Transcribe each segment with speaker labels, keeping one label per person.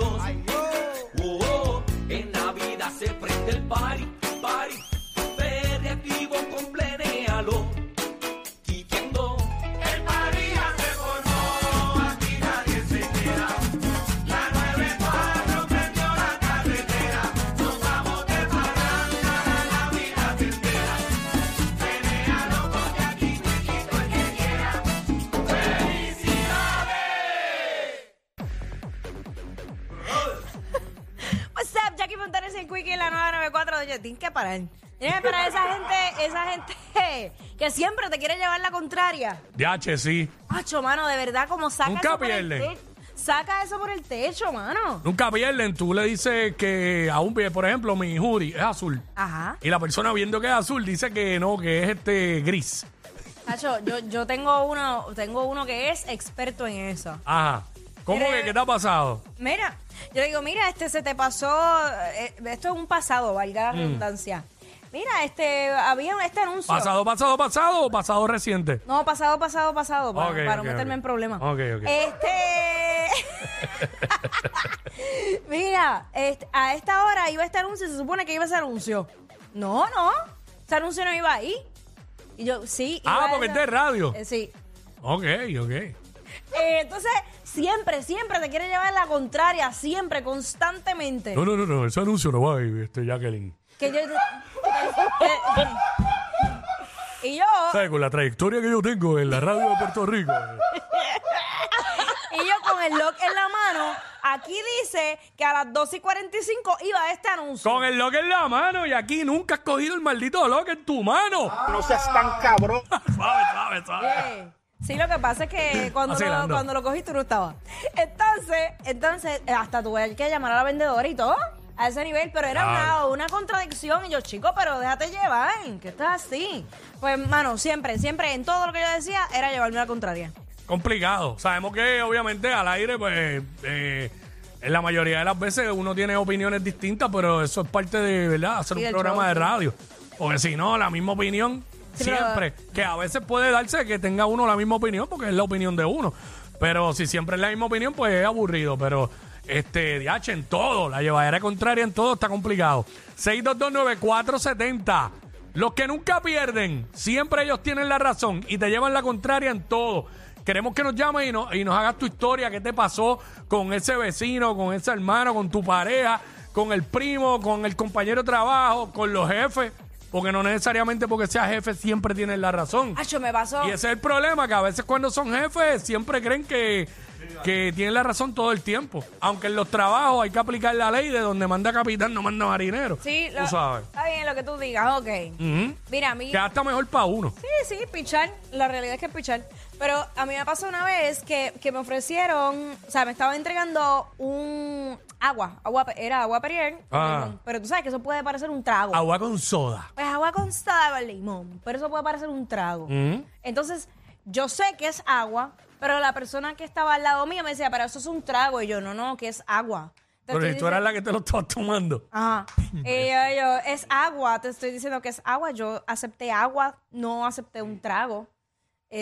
Speaker 1: oh, en Navidad se prende el party, party. Fede activo con plenéalo. Quiquendo. El party ya se formó, aquí nadie se queda. La 94 prendió la carretera. Nos vamos de parranda, la Navidad se espera. Plenéalo porque aquí chiquito el que quiera. ¡Felicidades!
Speaker 2: What's up, Jackie Fontanes en Quickie en la 994. Oye, tienes que parar. Tienes que parar esa gente, esa gente que siempre te quiere llevar la contraria.
Speaker 3: Yache, sí.
Speaker 2: Macho, mano, de verdad, como saca
Speaker 3: Nunca
Speaker 2: eso por el
Speaker 3: pierden.
Speaker 2: techo. Saca eso por el techo, mano.
Speaker 3: Nunca pierden. Tú le dices que a un pie, por ejemplo, mi hoodie es azul.
Speaker 2: Ajá.
Speaker 3: Y la persona viendo que es azul dice que no, que es este gris.
Speaker 2: Macho, yo, yo tengo uno, tengo uno que es experto en eso.
Speaker 3: Ajá. ¿Cómo
Speaker 2: Pero-
Speaker 3: que qué te ha pasado?
Speaker 2: Mira, yo le digo, mira, este se te pasó, eh, esto es un pasado, valga la redundancia. Mira, este, había un- este anuncio.
Speaker 3: ¿Pasado, pasado, pasado o pasado reciente?
Speaker 2: No, pasado, pasado, pasado, para,
Speaker 3: Ok,
Speaker 2: para no
Speaker 3: ok,
Speaker 2: meterme
Speaker 3: ok.
Speaker 2: en problemas.
Speaker 3: Ok, ok.
Speaker 2: Este. Mira, este, a esta hora iba este anuncio, se supone que iba ese anuncio. No, no, ese anuncio no iba ahí. Y yo, sí.
Speaker 3: Ah,
Speaker 2: iba
Speaker 3: porque
Speaker 2: ese-
Speaker 3: es de radio.
Speaker 2: Eh, sí.
Speaker 3: Ok, ok.
Speaker 2: Eh, entonces, siempre, siempre te quiere llevar la contraria, siempre, constantemente.
Speaker 3: No, no, no, no. Ese anuncio no va, este Jacqueline.
Speaker 2: Que yo. que- y yo.
Speaker 3: ¿Sabes? Con la trayectoria que yo tengo en la radio de Puerto Rico.
Speaker 2: Y yo con el lock en la mano, aquí dice que a las 2 y 45 iba este anuncio.
Speaker 3: Con el locker en la mano y aquí nunca has cogido el maldito locker en tu mano.
Speaker 4: No seas tan cabrón.
Speaker 3: Suave, suave, suave.
Speaker 2: Eh, Sí, lo que pasa es que cuando, lo,
Speaker 3: Vacilando.
Speaker 2: cuando lo cogí tú no estabas. Entonces, entonces, eh, hasta tuve que llamar a la vendedora y todo, a ese nivel, pero era una,
Speaker 3: Claro.
Speaker 2: una contradicción. Y yo, chico, pero déjate llevar, que estás así. Pues, mano, siempre, siempre, en todo lo que yo decía, era llevarme a la contraria.
Speaker 3: complicado. Sabemos que obviamente al aire, pues, eh, en la mayoría de las veces uno tiene opiniones distintas, pero eso es parte de, ¿verdad? Hacer
Speaker 2: Sí,
Speaker 3: un
Speaker 2: del
Speaker 3: programa
Speaker 2: show,
Speaker 3: de
Speaker 2: sí.
Speaker 3: radio. Porque si no, la misma opinión
Speaker 2: Sí, pero-
Speaker 3: siempre. pues, Que a veces puede darse que tenga uno la misma opinión, porque es la opinión de uno. Pero si siempre es la misma opinión, pues es aburrido. Pero, este, DH en todo, la llevadera contraria en todo está complicado. 6229470. Los que nunca pierden, siempre ellos tienen la razón y te llevan la contraria en todo. Queremos que nos llames y, no- y nos hagas tu historia, qué te pasó con ese vecino, con ese hermano, con tu pareja, con el primo, con el compañero de trabajo, con los jefes. Porque no necesariamente porque sea jefe siempre tienes la razón.
Speaker 2: Acho, me pasó.
Speaker 3: Y ese es el problema, que a veces cuando son jefes siempre creen que, que tienen la razón todo el tiempo. Aunque en los trabajos hay que aplicar la ley de donde manda capitán no manda marinero.
Speaker 2: Sí, lo-
Speaker 3: Tú sabes.
Speaker 2: está bien lo que tú digas, ok.
Speaker 3: Ujú.
Speaker 2: Mira, a mí...
Speaker 3: Que hasta mejor para uno.
Speaker 2: Sí, sí, pichar. La realidad es que es pichar. Pero a mí me pasó una vez que, que me ofrecieron, o sea, me estaban entregando un agua, agua pe- era agua Perrier, con
Speaker 3: Ah.
Speaker 2: limón. pero tú sabes que eso puede parecer un trago.
Speaker 3: Agua con soda.
Speaker 2: Pues agua con sal al limón, pero eso puede parecer un trago.
Speaker 3: Mm.
Speaker 2: Entonces, yo sé que es agua, pero la persona que estaba al lado mío me decía, pero eso es un trago. Y yo, no, no, que es agua. Te
Speaker 3: Pero
Speaker 2: estoy
Speaker 3: si tú
Speaker 2: diciendo-
Speaker 3: eras la que te lo estabas tomando.
Speaker 2: Ajá. Y Ah, eh, yo, yo, es agua, te estoy diciendo que es agua. Yo acepté agua, no acepté un trago.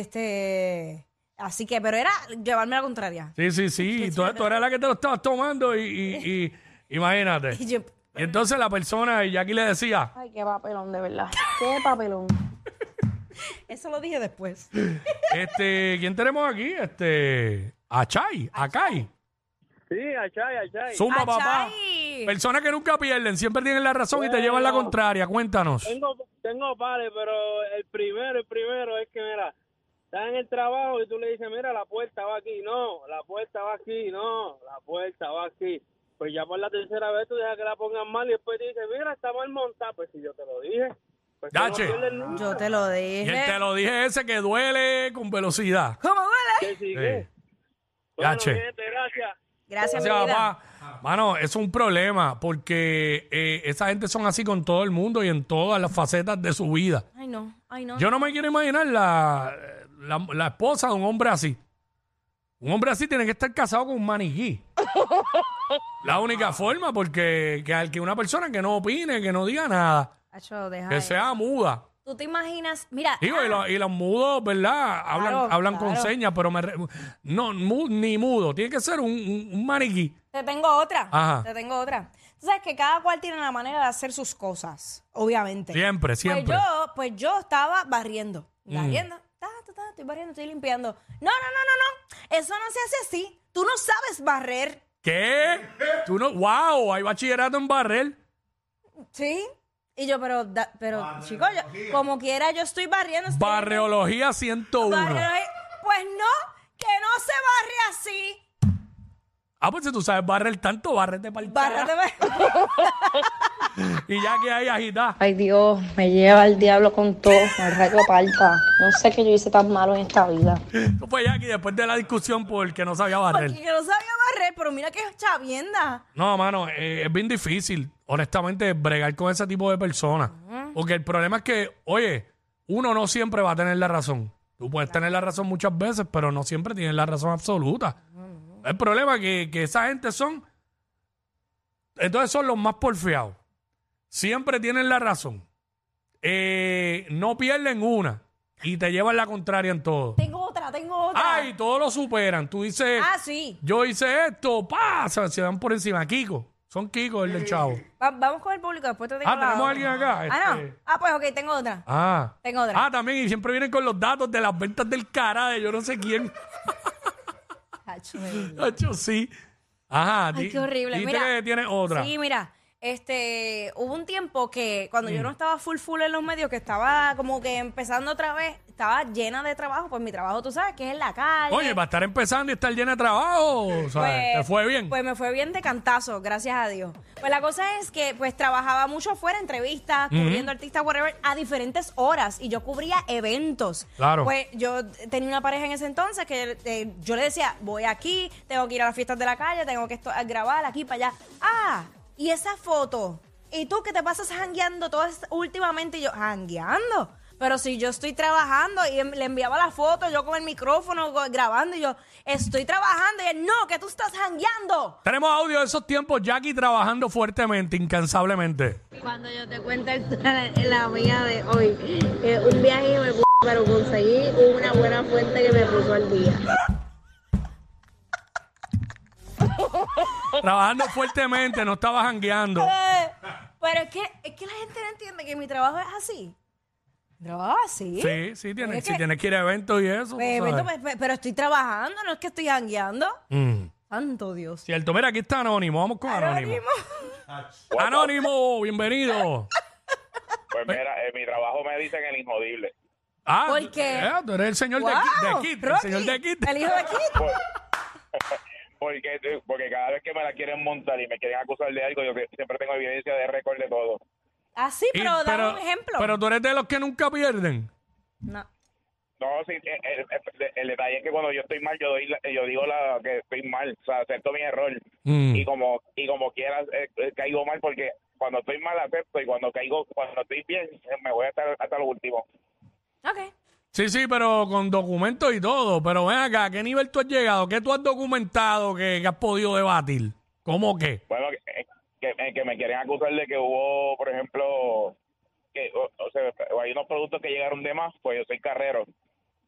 Speaker 2: Este. Así que, pero era llevarme la contraria.
Speaker 3: Sí, sí, sí. Tú, tú eras la que te lo estabas tomando y, y- y- imagínate.
Speaker 2: Y yo,
Speaker 3: Y entonces la persona, y aquí le decía,
Speaker 5: Ay, qué papelón, de verdad. Qué papelón.
Speaker 2: eso lo dije después.
Speaker 3: este, ¿quién tenemos aquí? Este, Achay, Acay.
Speaker 4: Sí, achay, achay.
Speaker 3: Zumba, papá.
Speaker 2: Achay.
Speaker 3: Personas que nunca pierden, siempre tienen la razón y te llevan la contraria. Cuéntanos.
Speaker 4: Tengo, tengo pares, pero el primero, el primero es que, mira, estás en el trabajo y tú le dices, mira, la puerta va aquí. No, la puerta va aquí. No, la puerta va aquí. Pues ya por la tercera vez tú dejas que la pongan mal y después dices, mira, está mal montada. Pues si yo te lo dije. Pues tú no
Speaker 3: Yache.
Speaker 4: pierdes nunca.
Speaker 2: Yo te lo
Speaker 3: Ah. Y él
Speaker 2: dije.
Speaker 3: te lo dije ese que duele con velocidad.
Speaker 2: ¿Cómo duele?
Speaker 4: Que sí,
Speaker 3: Sí.
Speaker 4: que- Bueno,
Speaker 3: Yache.
Speaker 4: gente, gracias.
Speaker 2: Gracias, mi
Speaker 3: Gracias,
Speaker 2: vida.
Speaker 3: papá. Mano, es un problema porque eh, esa gente son así con todo el mundo y en todas las facetas de su vida.
Speaker 2: Ay, no, ay, no.
Speaker 3: Yo no me quiero imaginar la, la, la esposa de un hombre así. Un hombre así tiene que estar casado con un maniquí. la única forma, porque que, que una persona que no opine, que no diga nada,
Speaker 2: Acho, deja
Speaker 3: que
Speaker 2: eso.
Speaker 3: sea muda.
Speaker 2: Tú te imaginas, mira,
Speaker 3: Digo, y, lo- y los mudos, ¿verdad? Hablan,
Speaker 2: Claro,
Speaker 3: hablan con
Speaker 2: claro.
Speaker 3: señas, pero me re- no, mu- ni mudo. Tiene que ser un, un- un maniquí.
Speaker 2: te tengo otra.
Speaker 3: Ajá.
Speaker 2: Te tengo otra. Tú sabes que cada cual tiene la manera de hacer sus cosas, obviamente.
Speaker 3: Siempre, siempre. Mm.
Speaker 2: Pues yo, pues yo estaba barriendo. Barriendo. Ta, ta, ta, estoy barriendo, estoy limpiando. No, no, no, no, no. Eso no se hace así. Tú no sabes barrer.
Speaker 3: ¿Qué? Tú no, wow, hay bachillerato en Barrel.
Speaker 2: ¿Sí? Y yo, pero, da- pero chico, yo, como quiera, yo estoy barriendo. estoy
Speaker 3: Barreología 101.
Speaker 2: limpiando. Barre- Pues no, que no se barre así.
Speaker 3: Ah, pues si tú sabes barrer tanto, barrete para el
Speaker 2: Bárrate.
Speaker 3: Y ya que hay agita.
Speaker 5: Ay Dios, me lleva el diablo con todo, me rayo parta. No sé qué yo hice tan malo en esta vida.
Speaker 3: No fue Jackie después de la discusión porque no sabía
Speaker 2: Porque
Speaker 3: barrer.
Speaker 2: yo no sabía barrer, pero mira qué chavienda.
Speaker 3: No, mano, eh, es bien difícil, honestamente, bregar con ese tipo de personas. Porque el problema es que, oye, uno no siempre va a tener la razón. Tú puedes tener la razón muchas veces, pero no siempre tienes la razón absoluta. El problema es que, que esa gente son. Entonces son los más porfiados. Siempre tienen la razón. Eh, no pierden una y te llevan la contraria en todo.
Speaker 2: Tengo otra, tengo otra.
Speaker 3: Ay, todos lo superan. Tú dices,
Speaker 2: Ah, sí.
Speaker 3: yo hice esto, pasa, se dan por encima. Kiko, son Kiko, el del chavo.
Speaker 2: Va- vamos con el público, después te digo
Speaker 3: Ah,
Speaker 2: la
Speaker 3: tenemos
Speaker 2: otra.
Speaker 3: a alguien acá.
Speaker 2: Ah, no.
Speaker 3: este.
Speaker 2: Ah, pues ok, tengo otra.
Speaker 3: Ah.
Speaker 2: Tengo otra.
Speaker 3: Ah, también, y siempre vienen con los datos de las ventas del cara de yo no sé quién.
Speaker 2: Chacho, de verdad.
Speaker 3: Hacho, sí. Ajá.
Speaker 2: Ay,
Speaker 3: di-
Speaker 2: qué horrible.
Speaker 3: dijiste
Speaker 2: Mira,
Speaker 3: que tiene otra.
Speaker 2: Sí, mira, este, hubo un tiempo que cuando
Speaker 3: Mm.
Speaker 2: yo no estaba full full en los medios, que estaba como que empezando otra vez, estaba llena de trabajo, pues mi trabajo, tú sabes, que es en la calle.
Speaker 3: Oye, para estar empezando y estar llena de trabajo, o sea, ¿te fue bien?
Speaker 2: Pues me fue bien de cantazo, gracias a Dios. Pues la cosa es que pues trabajaba mucho fuera, entrevistas, cubriendo artistas, whatever, a diferentes horas y yo cubría eventos.
Speaker 3: Claro.
Speaker 2: Pues yo tenía una pareja en ese entonces que eh, yo le decía, voy aquí, tengo que ir a las fiestas de la calle, tengo que esto- grabar aquí para allá. Ah, y esa foto. ¿Y tú que te pasas jangueando todas últimamente? Y yo, jangueando. Pero si yo estoy trabajando y em- le enviaba la foto, yo con el micrófono go- grabando y yo, estoy trabajando. Y él, no, que tú estás jangueando.
Speaker 3: Tenemos audio de esos tiempos, Jackie trabajando fuertemente, incansablemente.
Speaker 6: Cuando yo te cuente la, la mía de hoy, que un viaje me puso, pero conseguí una buena fuente que me puso al día.
Speaker 2: Oh.
Speaker 3: Trabajando fuertemente, no estaba jangueando.
Speaker 2: Eh, Pero es que, es que la gente no entiende que mi trabajo es así. Mi trabajo es así.
Speaker 3: Sí, sí,
Speaker 2: Pero
Speaker 3: tienes,
Speaker 2: es
Speaker 3: si
Speaker 2: que-
Speaker 3: tienes que ir a eventos y eso. tú
Speaker 2: Pues,
Speaker 3: sabes.
Speaker 2: Beto, pues, pues, pero estoy trabajando, no es que estoy jangueando.
Speaker 3: Mm.
Speaker 2: Santo Dios.
Speaker 3: Cierto, mira, aquí está Anónimo, vamos con Anónimo.
Speaker 2: Anónimo.
Speaker 3: Anónimo, bienvenido.
Speaker 7: Pues mira, en mi trabajo me dicen el injodible.
Speaker 3: Ah,
Speaker 2: ¿Por qué?
Speaker 3: eh, tú eres el señor de Kit-
Speaker 2: Wow,
Speaker 3: de Kit, el
Speaker 2: Rocky,
Speaker 3: señor de Kit.
Speaker 2: el hijo de Kit.
Speaker 7: Porque, porque cada vez que me la quieren montar y me quieren acusar de algo, yo que- siempre tengo evidencia de récord de todo.
Speaker 2: Así,
Speaker 3: Y-
Speaker 2: pero dame un ejemplo.
Speaker 3: Pero tú eres de los que nunca pierden.
Speaker 2: No.
Speaker 7: No, sí, el, el- el detalle es que cuando yo estoy mal, yo, doy, la- yo digo la, que estoy mal, o sea, acepto mi error.
Speaker 3: Mm.
Speaker 7: Y como y como quieras, eh, eh, caigo mal porque cuando estoy mal acepto y cuando caigo, cuando estoy bien, eh, me voy hasta, hasta lo último.
Speaker 2: Ok.
Speaker 3: Sí, sí, pero con documentos y todo. Pero ven acá, ¿a qué nivel tú has llegado? ¿Qué tú has documentado que, que has podido debatir? ¿Cómo qué?
Speaker 7: Bueno, que, eh, que- que me quieren acusar de que hubo, por ejemplo, que o- o sea, hay unos productos que llegaron de más, pues yo soy carrero.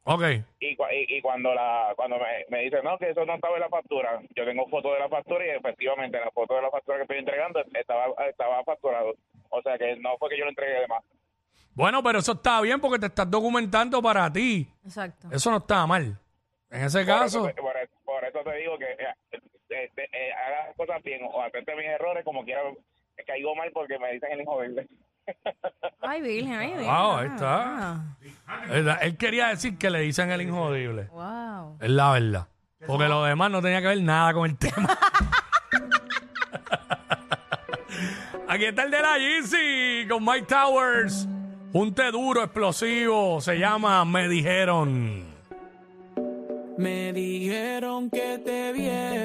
Speaker 3: Ok.
Speaker 7: y, cua- y, y cuando la cuando me, me dicen no que eso no estaba en la factura yo tengo foto de la factura y efectivamente la foto de la factura que estoy entregando estaba estaba facturado o sea que no fue que yo lo entregué de más
Speaker 3: Bueno, pero eso está bien porque te estás documentando para ti.
Speaker 2: Exacto.
Speaker 3: Eso no está mal. En ese
Speaker 7: por
Speaker 3: caso.
Speaker 7: eso, te- por, eso- por eso te digo que eh, eh, eh, eh, haga las cosas bien o acepte mis errores como quiera caigo mal porque me dicen el hijo verde
Speaker 2: Ay, Virgen, ay, Virgen.
Speaker 3: Wow, ahí está.
Speaker 2: Ah,
Speaker 3: ¿Verdad? Él quería decir que le dicen el injodible.
Speaker 2: Wow.
Speaker 3: Es la verdad. Porque lo demás no tenía que ver nada con el tema. Aquí está el de la Yeezy con Mike Towers. Un té duro, explosivo. Se llama Me Dijeron.
Speaker 1: Me dijeron que te vieron.